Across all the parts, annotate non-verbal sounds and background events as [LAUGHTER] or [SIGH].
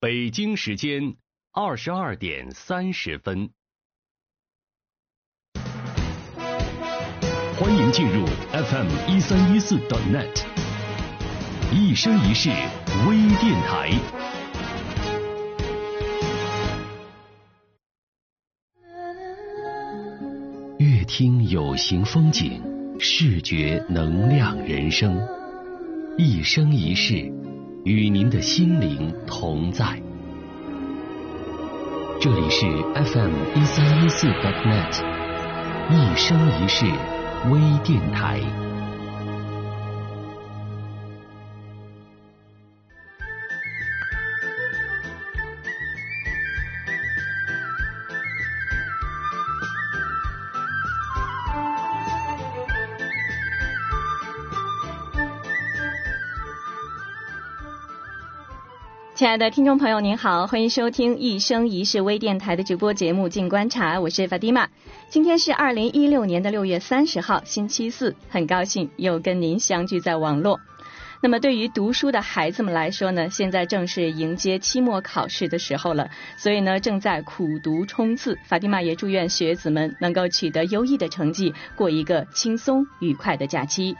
北京时间二十二点三十分，欢迎进入 FM 一三一四 .net，一生一世微电台。乐听有形风景，视觉能量人生，一生一世。与您的心灵同在。这里是 FM 一三一四 .net，一生一世微电台。亲爱的听众朋友，您好，欢迎收听《一生一世》微电台的直播节目《静观察》，我是法蒂玛。今天是二零一六年的六月三十号，星期四，很高兴又跟您相聚在网络。那么，对于读书的孩子们来说呢，现在正是迎接期末考试的时候了，所以呢，正在苦读冲刺。法蒂玛也祝愿学子们能够取得优异的成绩，过一个轻松愉快的假期。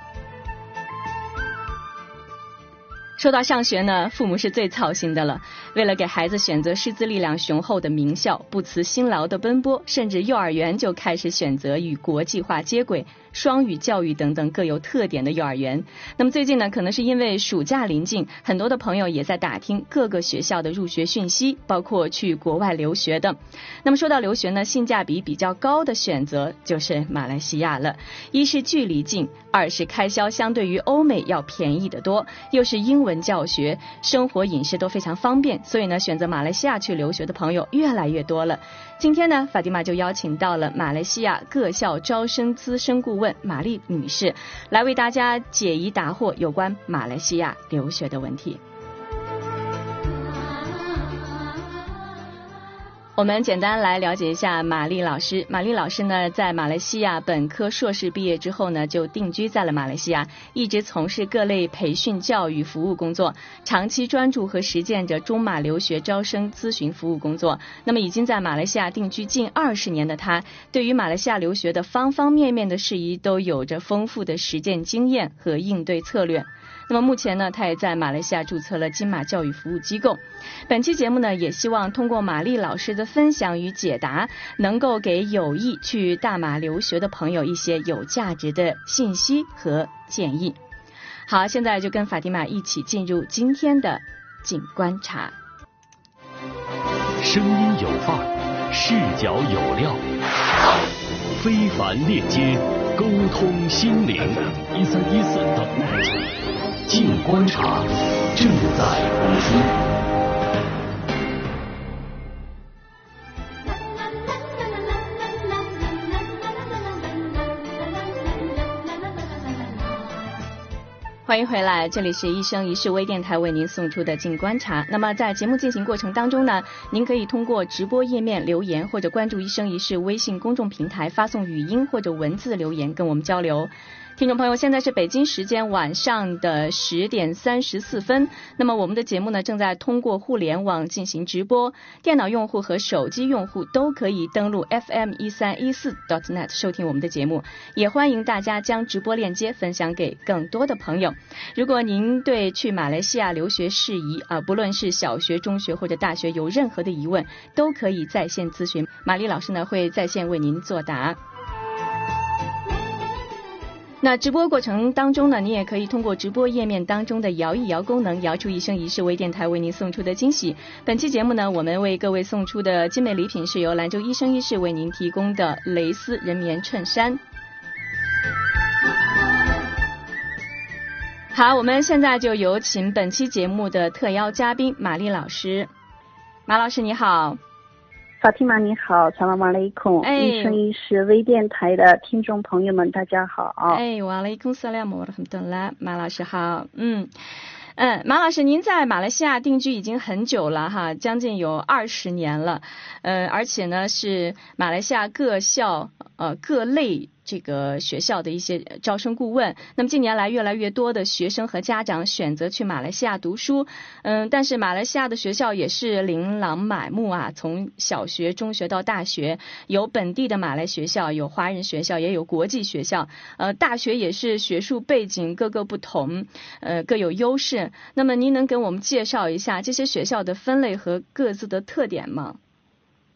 说到上学呢，父母是最操心的了。为了给孩子选择师资力量雄厚的名校，不辞辛劳的奔波，甚至幼儿园就开始选择与国际化接轨、双语教育等等各有特点的幼儿园。那么最近呢，可能是因为暑假临近，很多的朋友也在打听各个学校的入学讯息，包括去国外留学的。那么说到留学呢，性价比比较高的选择就是马来西亚了。一是距离近，二是开销相对于欧美要便宜得多，又是因为。文教学、生活饮食都非常方便，所以呢，选择马来西亚去留学的朋友越来越多了。今天呢，法蒂玛就邀请到了马来西亚各校招生资深顾问玛丽女士，来为大家解疑答惑有关马来西亚留学的问题。我们简单来了解一下玛丽老师。玛丽老师呢，在马来西亚本科、硕士毕业之后呢，就定居在了马来西亚，一直从事各类培训、教育服务工作，长期专注和实践着中马留学招生咨询服务工作。那么，已经在马来西亚定居近二十年的她，对于马来西亚留学的方方面面的事宜都有着丰富的实践经验和应对策略。那么目前呢，他也在马来西亚注册了金马教育服务机构。本期节目呢，也希望通过玛丽老师的分享与解答，能够给有意去大马留学的朋友一些有价值的信息和建议。好，现在就跟法蒂玛一起进入今天的静观察。声音有范儿，视角有料，非凡链接，沟通心灵。一三一四等。静观察正在播出。欢迎回来，这里是一生一世微电台为您送出的静观察。那么在节目进行过程当中呢，您可以通过直播页面留言，或者关注一生一世微信公众平台发送语音或者文字留言跟我们交流。听众朋友，现在是北京时间晚上的十点三十四分。那么我们的节目呢，正在通过互联网进行直播，电脑用户和手机用户都可以登录 fm 一三一四 .dotnet 收听我们的节目。也欢迎大家将直播链接分享给更多的朋友。如果您对去马来西亚留学事宜啊，不论是小学、中学或者大学有任何的疑问，都可以在线咨询，玛丽老师呢会在线为您作答。那直播过程当中呢，你也可以通过直播页面当中的摇一摇功能，摇出一生一世微电台为您送出的惊喜。本期节目呢，我们为各位送出的精美礼品是由兰州一生一世为您提供的蕾丝人棉衬衫。好，我们现在就有请本期节目的特邀嘉宾玛丽老师。马老师你好，法蒂玛你好，萨拉马雷孔，哎一生一世微电台的听众朋友们，大家好。啊哎，瓦雷公萨拉姆很多拉，马老师好，嗯。嗯，马老师，您在马来西亚定居已经很久了哈，将近有二十年了，呃，而且呢是马来西亚各校呃各类这个学校的一些呃招生顾问。那么近年来，越来越多的学生和家长选择去马来西亚读书，嗯，但是马来西亚的学校也是琳琅满目啊，从小学、中学到大学，有本地的马来学校，有华人学校，也有国际学校。呃，大学也是学术背景各个不同，呃，各有优势。那么您能给我们介绍一下这些学校的分类和各自的特点吗？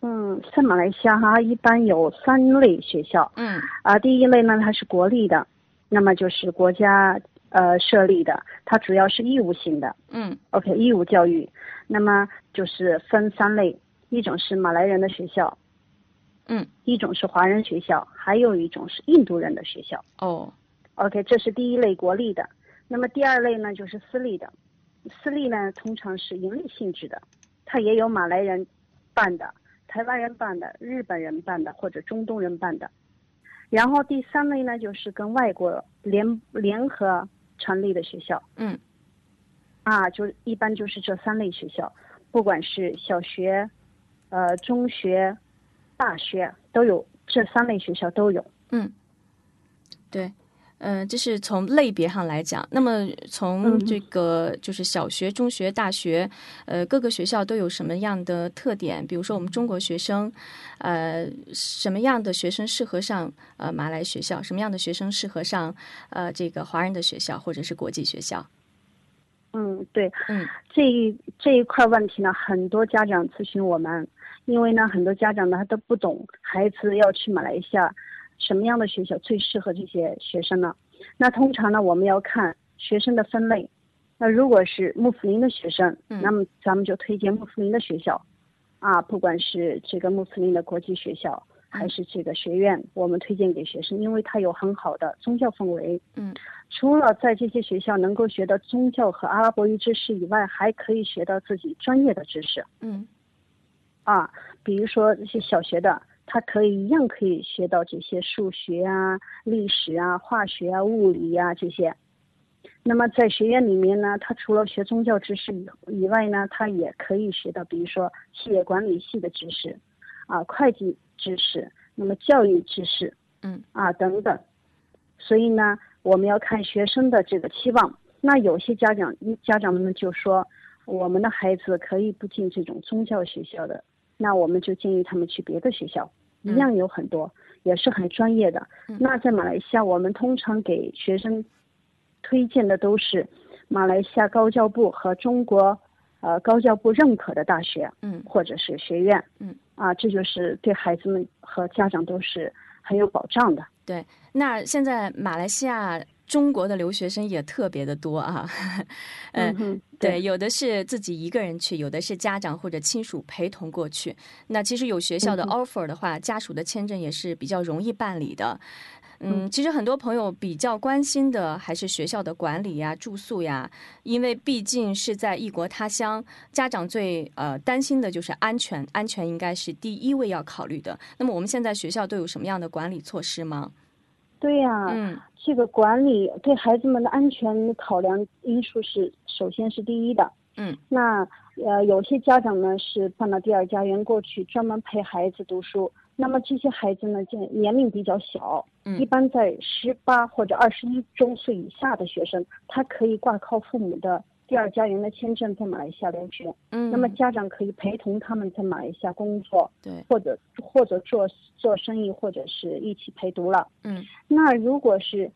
嗯，在马来西亚哈，一般有三类学校嗯啊、第一类呢，它是国立的，那么就是国家呃设立的，它主要是义务性的。嗯 OK，义务教育，那么就是分三类，一种是马来人的学校，嗯，一种是华人学校，还有一种是印度人的学校。哦 OK，这是第一类国立的。那么第二类呢，就是私立的，私立呢通常是盈利性质的，它也有马来人办的、台湾人办的、日本人办的或者中东人办的。然后第三类呢，就是跟外国联联合成立的学校。嗯啊，就是一般就是这三类学校，不管是小学、呃中学、大学都有，这三类学校都有。嗯，对。嗯，这是从类别上来讲。那么从嗯这个就是小学、中学、大学，呃，各个学校都有什么样的特点？比如说我们中国学生，呃，什么样的学生适合上呃马来学校？什么样的学生适合上呃这个华人的学校或者是国际学校？嗯，对，嗯这一这一块问题呢，很多家长咨询我们，因为呢，很多家长呢他都不懂孩子要去马来西亚什么样的学校最适合这些学生呢？那通常呢，我们要看学生的分类。那如果是穆斯林的学生，嗯那么咱们就推荐穆斯林的学校，啊，不管是这个穆斯林的国际学校嗯还是这个学院，我们推荐给学生，因为它有很好的宗教氛围。嗯除了在这些学校能够学到宗教和阿拉伯语知识以外，还可以学到自己专业的知识嗯啊，比如说这些小学的，他可以一样可以学到这些数学啊、历史啊、化学啊、物理啊这些。那么在学院里面呢，他除了学宗教知识以以外呢，他也可以学到，比如说企业管理系的知识，啊，会计知识，那么教育知识，嗯啊等等。所以呢，我们要看学生的这个期望。那有些家长嗯家长们就说，我们的孩子可以不进这种宗教学校的，那我们就建议他们去别的学校，嗯一样有很多，也是很专业的。嗯那在马来西亚，我们通常给学生推荐的都是马来西亚高教部和中国呃高教部认可的大学。嗯或者是学院，嗯，啊，这就是对孩子们和家长都是很有保障的。对，那现在马来西亚中国的留学生也特别的多啊， [LAUGHS] 呃嗯哼，对，，有的是自己一个人去，有的是家长或者亲属陪同过去。那其实有学校的嗯 offer 的话，家属的签证也是比较容易办理的。嗯，其实很多朋友比较关心的还是学校的管理呀、住宿呀，因为毕竟是在异国他乡，家长最呃担心的就是安全，安全应该是第一位要考虑的。那么我们现在学校都有什么样的管理措施吗？对呀、嗯这个管理对孩子们的安全考量因素是首先是第一的。嗯那呃，有些家长呢是办了第二家园过去，专门陪孩子读书。那么这些孩子呢，就年龄比较小，一嗯般在十八或者二十一周岁以下的学生，他可以挂靠父母的第二家园的签证在马来西亚留学。嗯，那么家长可以陪同他们在马来西亚工作，对，或者或者做做生意，或者是一起陪读了。嗯那如果是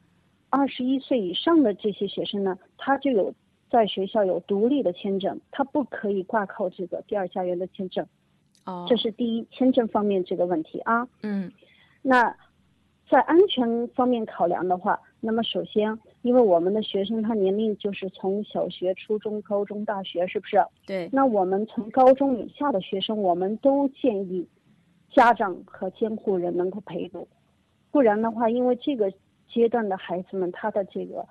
二十一岁以上的这些学生呢，他就有在学校有独立的签证，他不可以挂靠这个第二家园的签证，哦，这是第一签证方面这个问题啊。嗯那在安全方面考量的话，那么首先，因为我们的学生他年龄就是从小学、初中、高中、大学，是不是？对，那我们从高中以下的学生，我们都建议家长和监护人能够陪读，不然的话，因为这个阶段的孩子们他的这个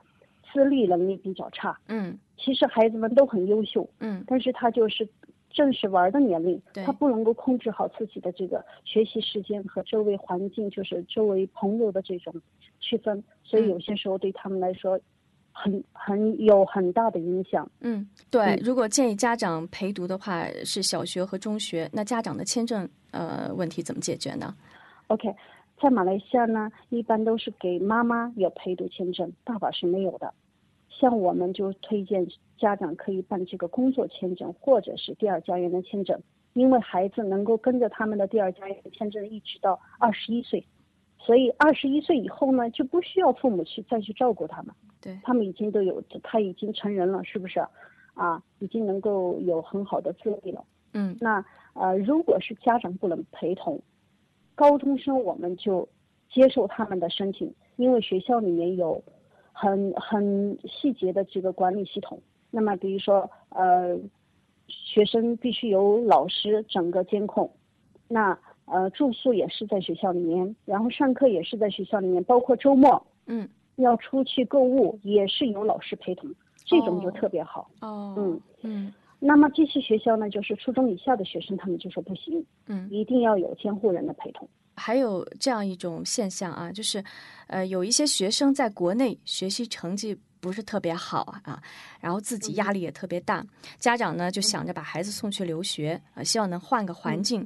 自立能力比较差，嗯其实孩子们都很优秀，嗯但是他就是正是玩的年龄，对他不能够控制好自己的这个学习时间和周围环境，就是周围朋友的这种区分，所以有些时候对他们来说很很有很大的影响。嗯，对嗯。如果建议家长陪读的话，是小学和中学，那家长的签证呃问题怎么解决呢？ OK，在马来西亚呢，一般都是给妈妈有陪读签证，爸爸是没有的。像我们就推荐家长可以办这个工作签证或者是第二家园的签证，因为孩子能够跟着他们的第二家园签证一直到二十一岁，所以二十一岁以后呢，就不需要父母去再去照顾他们，对，他们已经都有他已经成人了，是不是？啊，已经能够有很好的自立了。嗯那呃，如果是家长不能陪同，高中生我们就接受他们的申请，因为学校里面有很很细节的这个管理系统。那么比如说呃，学生必须由老师整个监控，那呃住宿也是在学校里面，然后上课也是在学校里面，包括周末嗯，要出去购物也是由老师陪同，这种就哦特别好。哦，嗯嗯那么这些学校呢，就是初中以下的学生，他们就说不行，嗯，一定要有监护人的陪同。还有这样一种现象啊，就是，呃，有一些学生在国内学习成绩不是特别好啊啊，然后自己压力也特别大，家长呢就想着把孩子送去留学啊，希望能换个环境，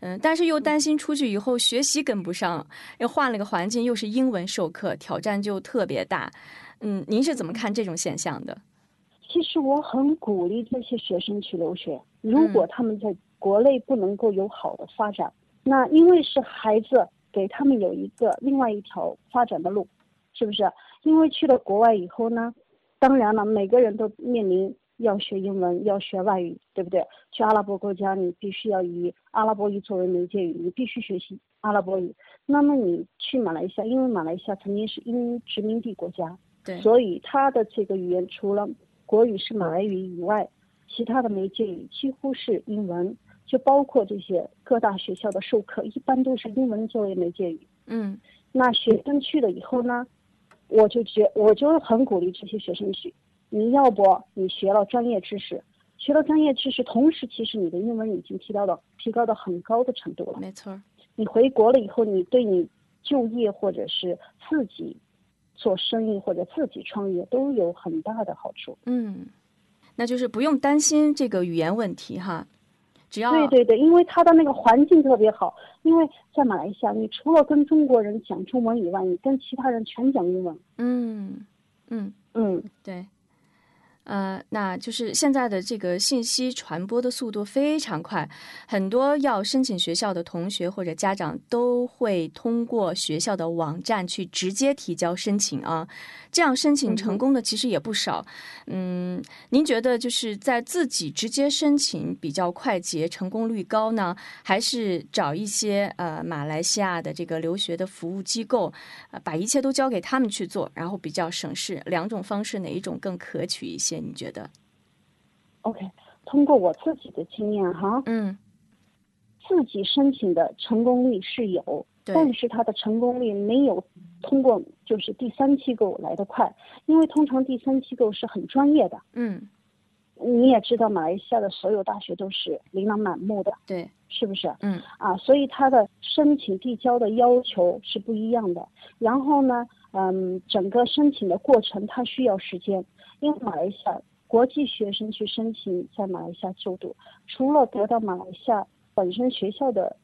嗯嗯、但是又担心出去以后学习跟不上，又换了个环境，又是英文授课，挑战就特别大。嗯，您是怎么看这种现象的？其实我很鼓励这些学生去留学，如果他们在国内不能够有好的发展，那因为是孩子给他们有一个另外一条发展的路，是不是？因为去了国外以后呢，当然了，每个人都面临要学英文，要学外语，对不对？去阿拉伯国家，你必须要以阿拉伯语作为媒介语，你必须学习阿拉伯语。那么你去马来西亚，因为马来西亚曾经是英殖民地国家，对，所以他的这个语言除了国语是马来语以外，其他的媒介语几乎是英文，就包括这些各大学校的授课，一般都是英文作为媒介语。嗯那学生去了以后呢，我就觉我就很鼓励这些学生去，你要不你学了专业知识，学了专业知识，同时其实你的英文已经提高到提高到很高的程度了。没错儿，你回国了以后，你对你就业或者是自己做生意或者自己创业都有很大的好处。嗯，那就是不用担心这个语言问题哈，只要对对对，因为他的那个环境特别好，因为在马来西亚，你除了跟中国人讲中文以外，你跟其他人全讲英文。嗯，嗯，嗯，对，呃，那就是现在的这个信息传播的速度非常快，很多要申请学校的同学或者家长都会通过学校的网站去直接提交申请啊，这样申请成功的其实也不少。嗯，您觉得就是在自己直接申请比较快捷、成功率高呢，还是找一些呃马来西亚的这个留学的服务机构，呃，把一切都交给他们去做，然后比较省事。两种方式哪一种更可取一些？你觉得？ OK，通过我自己的经验哈，嗯，自己申请的成功率是有，对，但是它的成功率没有通过就是第三机构来得快，因为通常第三机构是很专业的。嗯，你也知道，马来西亚的所有大学都是琳琅满目的，对，是不是？嗯啊，所以它的申请递交的要求是不一样的。然后呢，嗯，整个申请的过程它需要时间，因为马来西亚国际学生去申请在马来西亚就读，除了得到马来西亚本身学校的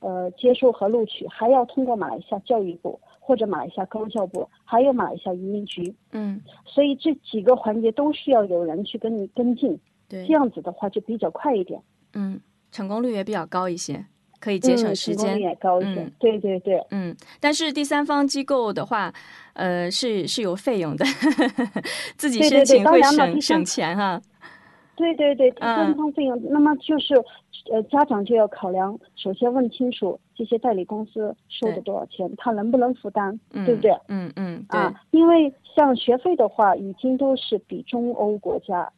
呃接受和录取，还要通过马来西亚教育部或者马来西亚高教部，还有马来西亚移民局，嗯，所以这几个环节都需要有人去跟你跟进。对这，样子的话就比较快一点，嗯，成功率也比较高一些，可以节省嗯时成功间率。也高一些。嗯对对对，嗯，但是第三方机构的话，呃，是是有费用的， [LAUGHS] 自己对对申对请当会然了省第三省钱哈、对对对，第嗯三方费用，那么就是呃，家长就要考量，首先问清楚这些代理公司收的对多少钱，他能不能负担，嗯，对不对？？嗯嗯，对，啊，因为像学费的话，已经都是比中欧国家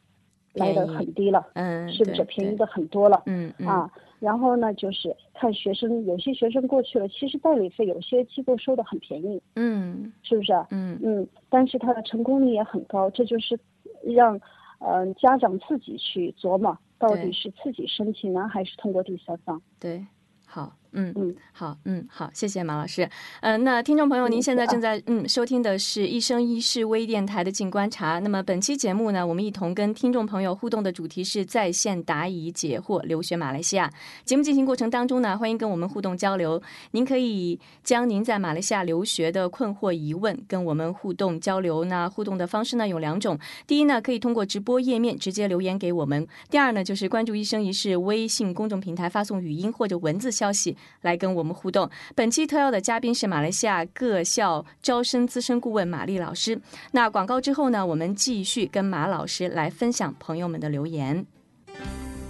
来的便宜很低了，嗯，是不对是便宜？对的很多了？嗯嗯，啊，然后呢，就是看学生，有些学生过去了，其实代理费有些机构收的很便宜，嗯是不是啊？嗯，嗯，但是它的成功率也很高，这就是让嗯、呃家长自己去琢磨，到对底是自己申请呢，还是通过第三方。对，好，嗯嗯，好，嗯，好，谢谢马老师。嗯、那听众朋友，您现在正在嗯收听的是《一生一世微电台的静观察》。那么本期节目呢，我们一同跟听众朋友互动的主题是在线答疑解惑留学马来西亚。节目进行过程当中呢，欢迎跟我们互动交流。您可以将您在马来西亚留学的困惑疑问跟我们互动交流。那互动的方式呢有两种，第一呢可以通过直播页面直接留言给我们；第二呢就是关注“一生一世”微信公众平台发送语音或者文字消息来跟我们互动。本期特邀的嘉宾是马来西亚各校招生资深顾问马丽老师。那广告之后呢，我们继续跟马老师来分享朋友们的留言。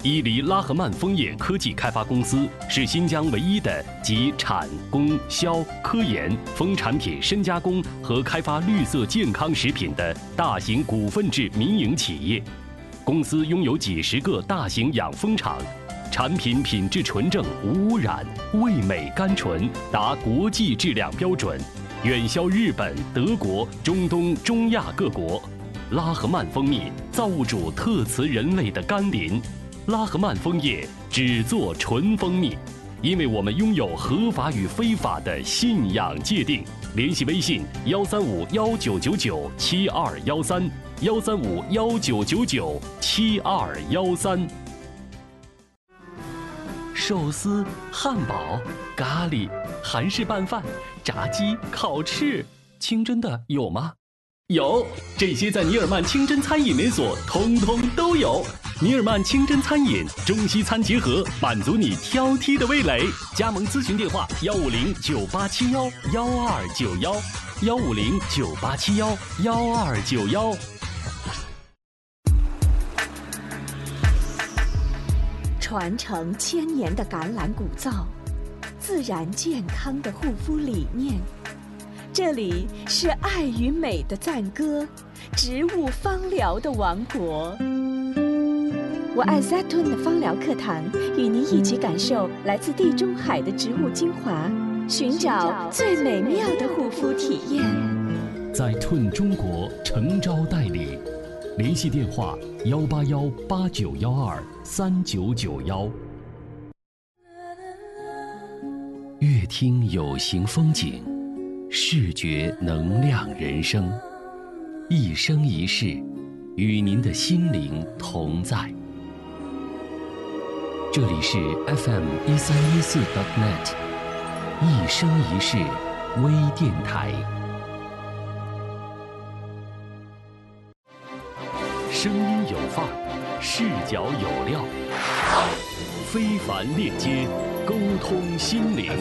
伊犁拉合曼枫叶科技开发公司是新疆唯一的集产、供、销、科研、蜂产品深加工和开发绿色健康食品的大型股份制民营企业。公司拥有几十个大型养蜂场，产品品质纯正无污染，味美甘醇，达国际质量标准，远销日本、德国、中东、中亚各国。拉合曼蜂蜜，造物主特赐人类的甘霖，拉合曼枫叶只做纯蜂蜜，因为我们拥有合法与非法的信仰界定。联系微信幺三五幺九九九七二幺三幺三五幺九九九七二幺三。寿司、汉堡、咖喱、韩式拌饭、炸鸡、烤翅，清真的有吗？有，这些在尼尔曼清真餐饮连锁通通都有。尼尔曼清真餐饮，中西餐结合，满足你挑剔的味蕾。加盟咨询电话：幺五零九八七幺幺二九幺，幺五零九八七幺幺二九幺。传承千年的橄榄古皂，自然健康的护肤理念。这里是爱与美的赞歌，植物芳疗的王国。我爱 Zetun 的芳疗课堂，与您一起感受来自地中海的植物精华，寻找最美妙的护肤体验。在 Tun 中国诚招代理，联系电话幺八幺八九幺二三九九幺。乐听有形风景，视觉能量人生，一生一世，与您的心灵同在。这里是 FM 一三一四 .net，一生一世微电台。声音有范儿，视角有料，非凡链接，沟通心灵。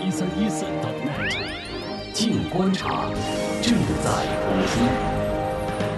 一三一四 .net，静观察正在播出。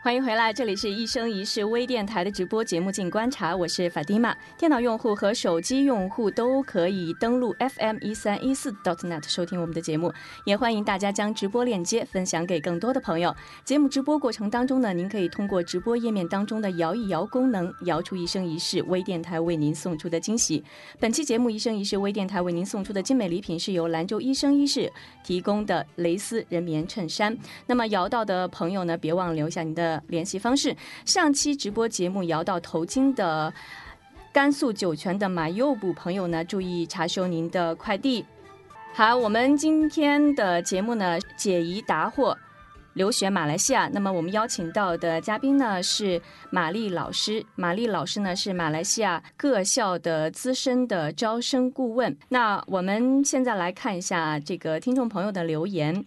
欢迎回来，这里是一生一世微电台的直播节目《静观察》，我是法蒂玛。电脑用户和手机用户都可以登录 FM 一三一四 .net 收听我们的节目，也欢迎大家将直播链接分享给更多的朋友。节目直播过程当中呢，您可以通过直播页面当中的摇一摇功能，摇出一生一世微电台为您送出的惊喜。本期节目《一生一世微电台》为您送出的精美礼品是由兰州一生一世提供的蕾丝人棉衬衫。那么摇到的朋友呢，别忘了留下您的联系方式。上期直播节目摇到头巾的甘肃酒泉的马右部朋友呢，注意查收您的快递。好，我们今天的节目呢，解疑答惑。留学马来西亚，那么我们邀请到的嘉宾呢是玛丽老师。玛丽老师呢是马来西亚各校的资深的招生顾问。那我们现在来看一下这个听众朋友的留言。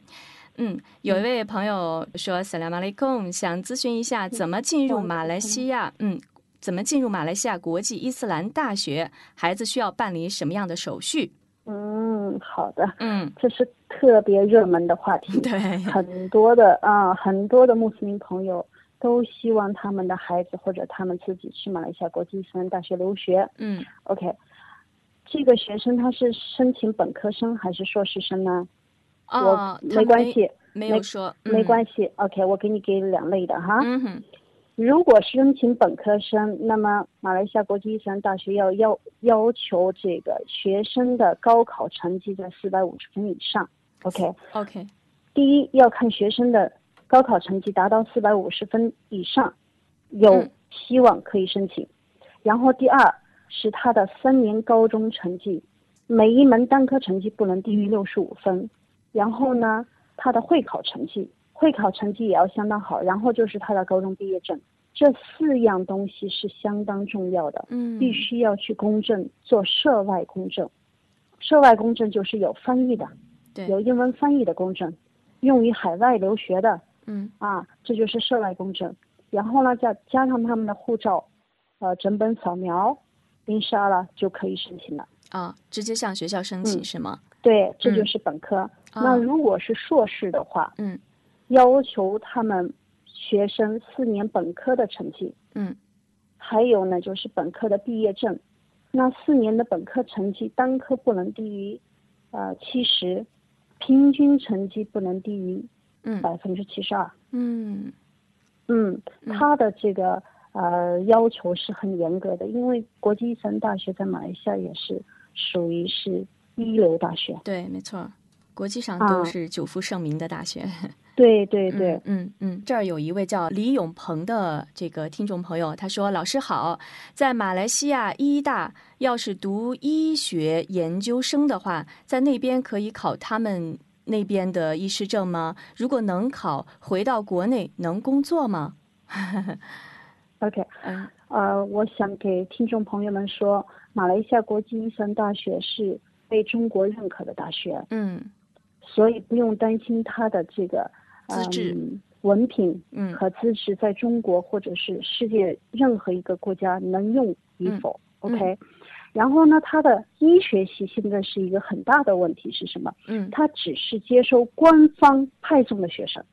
嗯，有一位朋友说 s a l a m alaikum”，想咨询一下怎么进入马来西亚？嗯，怎么进入马来西亚国际伊斯兰大学？孩子需要办理什么样的手续？嗯，好的，嗯，这是特别热门的话题。对，很多的啊，很多的穆斯林朋友都希望他们的孩子或者他们自己去马来西亚国际伊斯兰大学留学。嗯 OK，这个学生他是申请本科生还是硕士生呢？啊，我他没关系，没，没有说，没关系，系。OK，我给啊你给两类的哈。嗯哼，如果是申请本科生，那么马来西亚国际伊斯兰大学要要要求这个学生的高考成绩在四百五十分以上。OK， OK，第一要看学生的高考成绩达到四百五十分以上，有嗯希望可以申请。然后第二是他的三年高中成绩，每一门单科成绩不能低于六十五分。然后呢，他的会考成绩，会考成绩也要相当好。然后就是他的高中毕业证，这四样东西是相当重要的，嗯必须要去公证，做涉外公证。涉外公证就是有翻译的，对，有英文翻译的公证，用于海外留学的嗯啊，这就是涉外公证。然后呢，再加上他们的护照，呃，整本扫描，印刷了就可以申请了。啊，直接向学校申请嗯是吗？对，这就嗯是本科。啊那如果是硕士的话，嗯要求他们学生四年本科的成绩，嗯还有呢就是本科的毕业证。那四年的本科成绩单科不能低于，呃七十，平均成绩不能低于嗯百分之七十二。嗯嗯嗯，他的这个呃要求是很严格的，因为国际医传大学在马来西亚也是属于是一流大学。对，没错儿，国际上都啊是久负盛名的大学。对对对，嗯嗯嗯，这儿有一位叫李永鹏的这个听众朋友，他说：“老师好，在马来西亚医大，要是读医学研究生的话，在那边可以考他们那边的医师证吗？如果能考，回到国内能工作吗 [LAUGHS] OK，？” 嗯呃，我想给听众朋友们说，马来西亚国际医传大学是被中国认可的大学，嗯所以不用担心它的这个资质嗯、文凭嗯和资质在中国或者是世界任何一个国家能用与否。嗯 OK，、然后呢，它的医学系现在是一个很大的问题是什么？嗯，它只是接收官方派送的学生，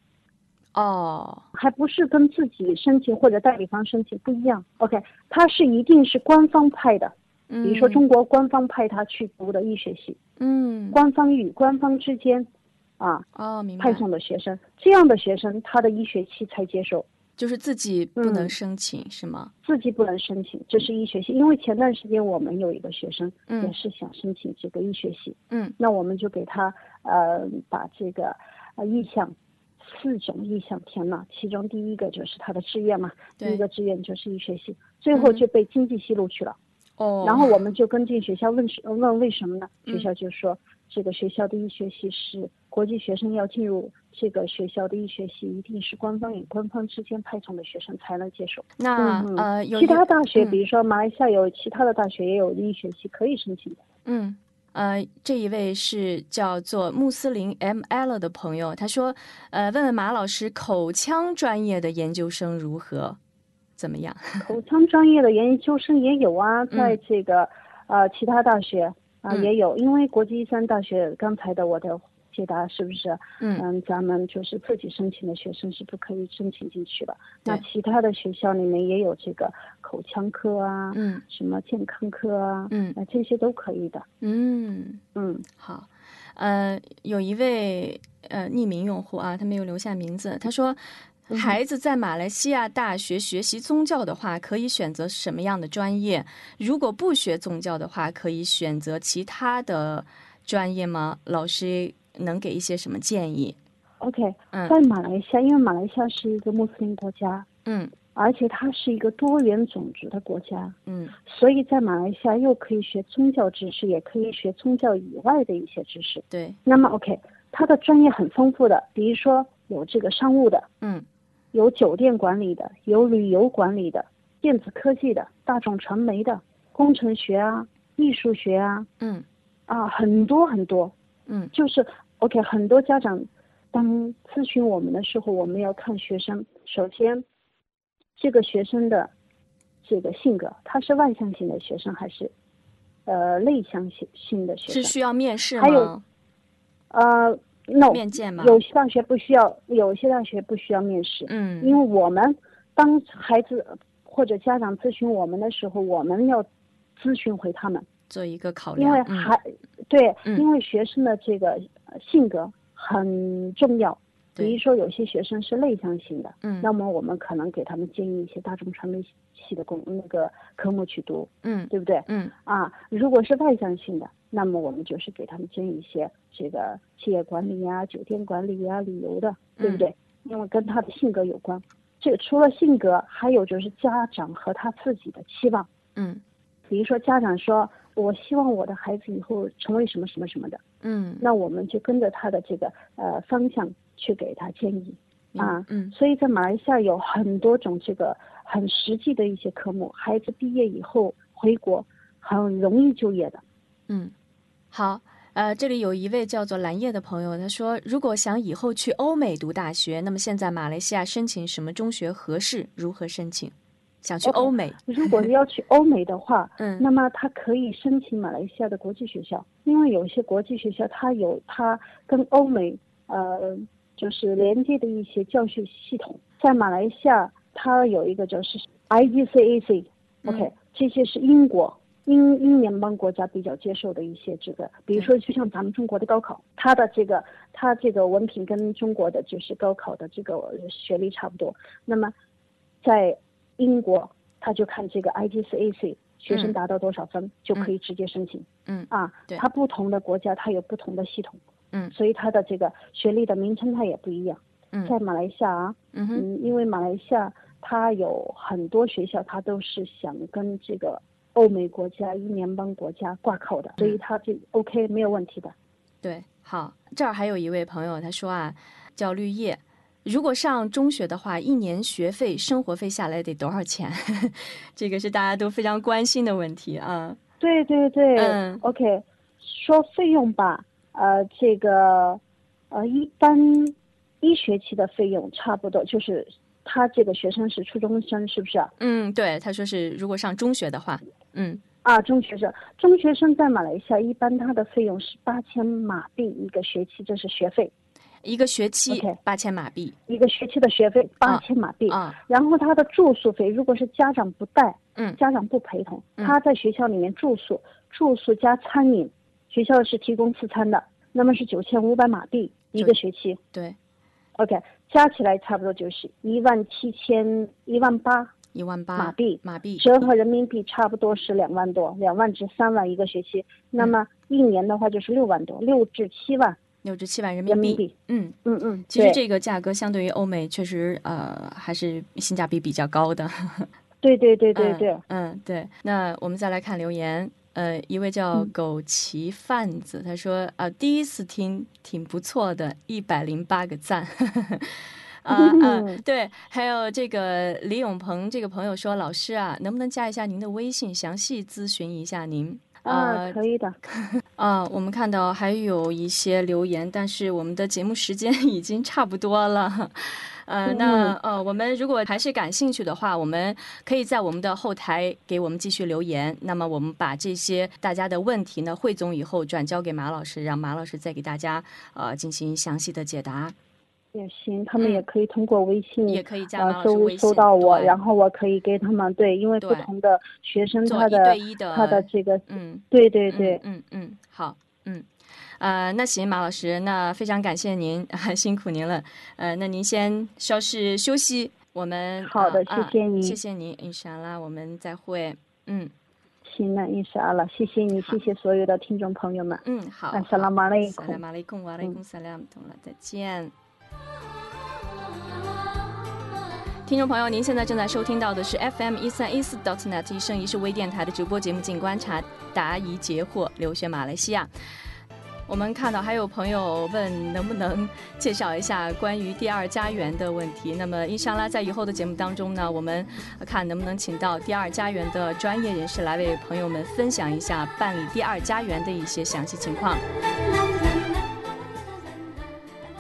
哦，还不是跟自己申请或者代理方申请不一样。OK，它是一定是官方派的，比比如说中国官方派他去读的医学系，嗯官方与官方之间啊哦，明白派，送的学生，这样的学生他的医学系才接受。就是自己不嗯能申请、是吗？自己不能申请，这是医学系。因为前段时间我们有一个学生嗯也是想申请这个医学系，嗯那我们就给他呃把这个呃意向四种意向填了，其中第一个就是他的志愿嘛，第对一个志愿就是医学系，最后嗯就被经济系录取了。哦，然后我们就跟进学校问是问为什么呢？嗯学校就说这个学校的医学系是国际学生要进入这个学校的医学系，一定是官方与官方之间派送的学生才能接受。那、嗯嗯呃有其一他大学，嗯比如说马来西亚有其他的大学也有医学系可以申请的。嗯，呃，这一位是叫做穆斯林 M L 的朋友，他说，呃，问问马老师，口腔专业的研究生如何，怎么样？口腔专业的研究生也有啊，在这个、呃其他大学啊、嗯也有，因为国际医三大学刚才的我的解答是不是？嗯嗯，咱们就是自己申请的学生是不可以申请进去的。那对其他的学校里面也有这个口腔科啊，嗯什么健康科啊，嗯呃这些都可以的。嗯，嗯好，呃，有一位呃匿名用户啊，他没有留下名字，他说。嗯孩子在马来西亚大学学习宗教的话，可以选择什么样的专业？如果不学宗教的话，可以选择其他的专业吗？老师能给一些什么建议？ ，OK，嗯在马来西亚，因为马来西亚是一个穆斯林国家，嗯而且它是一个多元种族的国家，嗯所以在马来西亚又可以学宗教知识，也可以学宗教以外的一些知识。对，那么 OK，它的专业很丰富的，比如说有这个商务的，嗯有酒店管理的，有旅游管理的，电子科技的，大众传媒的，工程学啊，艺术学啊，嗯啊，很多很多。嗯就是 OK，很多家长当咨询我们的时候，我们要看学生，首先这个学生的这个性格，他是外向型的学生还是呃内向型性的学是生？需要面试还有吗？呃，no，面见吗？有些大学不需要，有些大学不需要面试。因为嗯我们当孩子或者家长咨询我们的时候，我们要咨询回他们，做一个考因量为，嗯孩、对，嗯因为学生的这个呃性格很重要。比如对说，有些学生是内向型的，嗯那么我们可能给他们建议一些大众传媒系的工那个科目去读，嗯对不对？嗯啊，如果是外向性的，那么我们就是给他们建议一些这个企业管理呀、酒店管理呀、旅游的，对不嗯对？因为跟他的性格有关。这除了性格，还有就是家长和他自己的期望。嗯比如说家长说，我希望我的孩子以后成为什么什么什么的，嗯那我们就跟着他的这个呃方向去给他建议啊。嗯所以在马来西亚有很多种这个很实际的一些科目，孩子毕业以后回国很容易就业的。嗯，好。呃，这里有一位叫做蓝叶的朋友，他说，如果想以后去欧美读大学，那么现在马来西亚申请什么中学合适？如何申请？想去 OK，欧美？如果要去欧美的话，嗯哦那么他可以申请马来西亚的国际学校，因为有一些国际学校它有它跟欧美呃就是连接的一些教学系统，在马来西亚它有一个就是 IGCAC，OK，、嗯 OK，这些是英国。英英联邦国家比较接受的一些这个，比如说就像咱们中国的高考，它的这个它这个文凭跟中国的就是高考的这个学历差不多，那么在英国，他就看这个 IGCAC 学生达到多少分、就可以直接申请。嗯啊对，它不同的国家它有不同的系统。嗯所以它的这个学历的名称它也不一样。嗯在马来西亚啊，嗯哼嗯，因为马来西亚它有很多学校，它都是想跟这个欧美国家、英联邦国家挂靠嗯的，所以它这 OK 没有问题的。对，好，这儿还有一位朋友，他说啊，叫绿叶，如果上中学的话，一年学费、生活费下来得多少钱？ [LAUGHS] 这个是大家都非常关心的问题啊。对对对、嗯 o k 说费用吧，呃，这个，呃，一般一学期的费用差不多就是他这个学生是初中生，是不是啊？嗯，对，他说是如果上中学的话，嗯啊，中学生，中学生在马来西亚一般他的费用是八千马币一个学期，这是学费，一个学期 OK 八千马币一个学期的学费八千马币。啊，然后他的住宿费，如果是家长不带，嗯家长不陪同，嗯他在学校里面住宿，住宿加餐饮，学校是提供四餐的，那么是九千五百马币一个学期对， ，OK，加起来差不多就是一万七千一万八，一万八马币马币，折合人民币差不多是两万多，两万至三万一个学期，那么嗯一年的话就是六万多，六至七万六至七万人人民民币。币。嗯，嗯嗯，其实对这个价格相对于欧美，确实呃还是性价比比较高的。对对对对对，嗯，嗯，对。那我们再来看留言，呃，一位叫嗯枸杞贩子，他说啊、第一次听挺不错的，一百零八个赞。啊啊，嗯对，还有这个李永鹏这个朋友说，老师啊，能不能加一下您的微信，详细咨询一下您？啊，呃可以的，啊，我们看到还有一些留言，但是我们的节目时间 [LAUGHS] 已经差不多了。呃，嗯那呃，我们如果还是感兴趣的话，我们可以在我们的后台给我们继续留言。那么我们把这些大家的问题呢汇总以后，转交给马老师，让马老师再给大家呃进行详细的解答。也行，他们嗯也可以通过微信，也可以加马啊，老师搜微信，搜到我，对然后我可以给他们对，因为不对同的学生做他一的对一的他的这个，嗯。对对对，嗯嗯嗯，好，嗯，呃，那行，马老师，那非常感谢您， [LAUGHS] 辛苦您了，呃，那您先稍事休息，我们好的啊谢谢您啊谢谢您，伊莎拉，我们再会，嗯行，那伊莎了，谢谢你，谢谢所有的听众朋友们，嗯，好，啊，萨拉马雷萨拉马雷嗯贡瓦雷贡萨拉姆，懂了，再见。听众朋友，您现在正在收听到的是 FM 一三一四 dot net 一生一世微电台的直播节目《静观察》，答疑解惑，留学马来西亚。我们看到还有朋友问能不能介绍一下关于第二家园的问题。那么，伊莎拉在以后的节目当中呢，我们看能不能请到第二家园的专业人士来为朋友们分享一下办理第二家园的一些详细情况。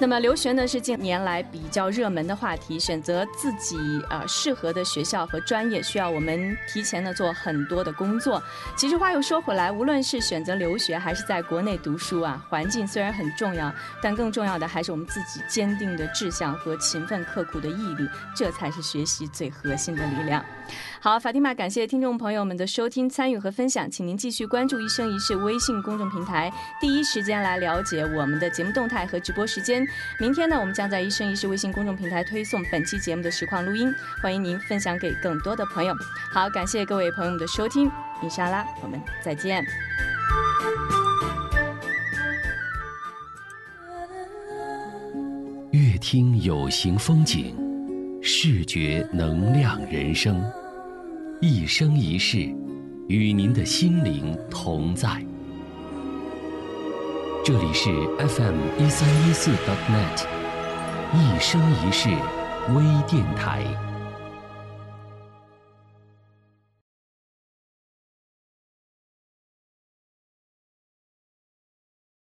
那么留学呢是近年来比较热门的话题，选择自己呃适合的学校和专业，需要我们提前呢做很多的工作。其实话又说回来，无论是选择留学还是在国内读书啊，环境虽然很重要，但更重要的还是我们自己坚定的志向和勤奋刻苦的毅力，这才是学习最核心的力量。好，法蒂玛，感谢听众朋友们的收听、参与和分享，请您继续关注“一生一世”微信公众平台，第一时间来了解我们的节目动态和直播时间。明天呢，我们将在“一生一世”微信公众平台推送本期节目的实况录音，欢迎您分享给更多的朋友。好，感谢各位朋友们的收听，伊莎拉，我们再见。乐听有形风景，视觉能量人生。一生一世，与您的心灵同在。这里是 FM 一三一四 .net，一生一世微电台。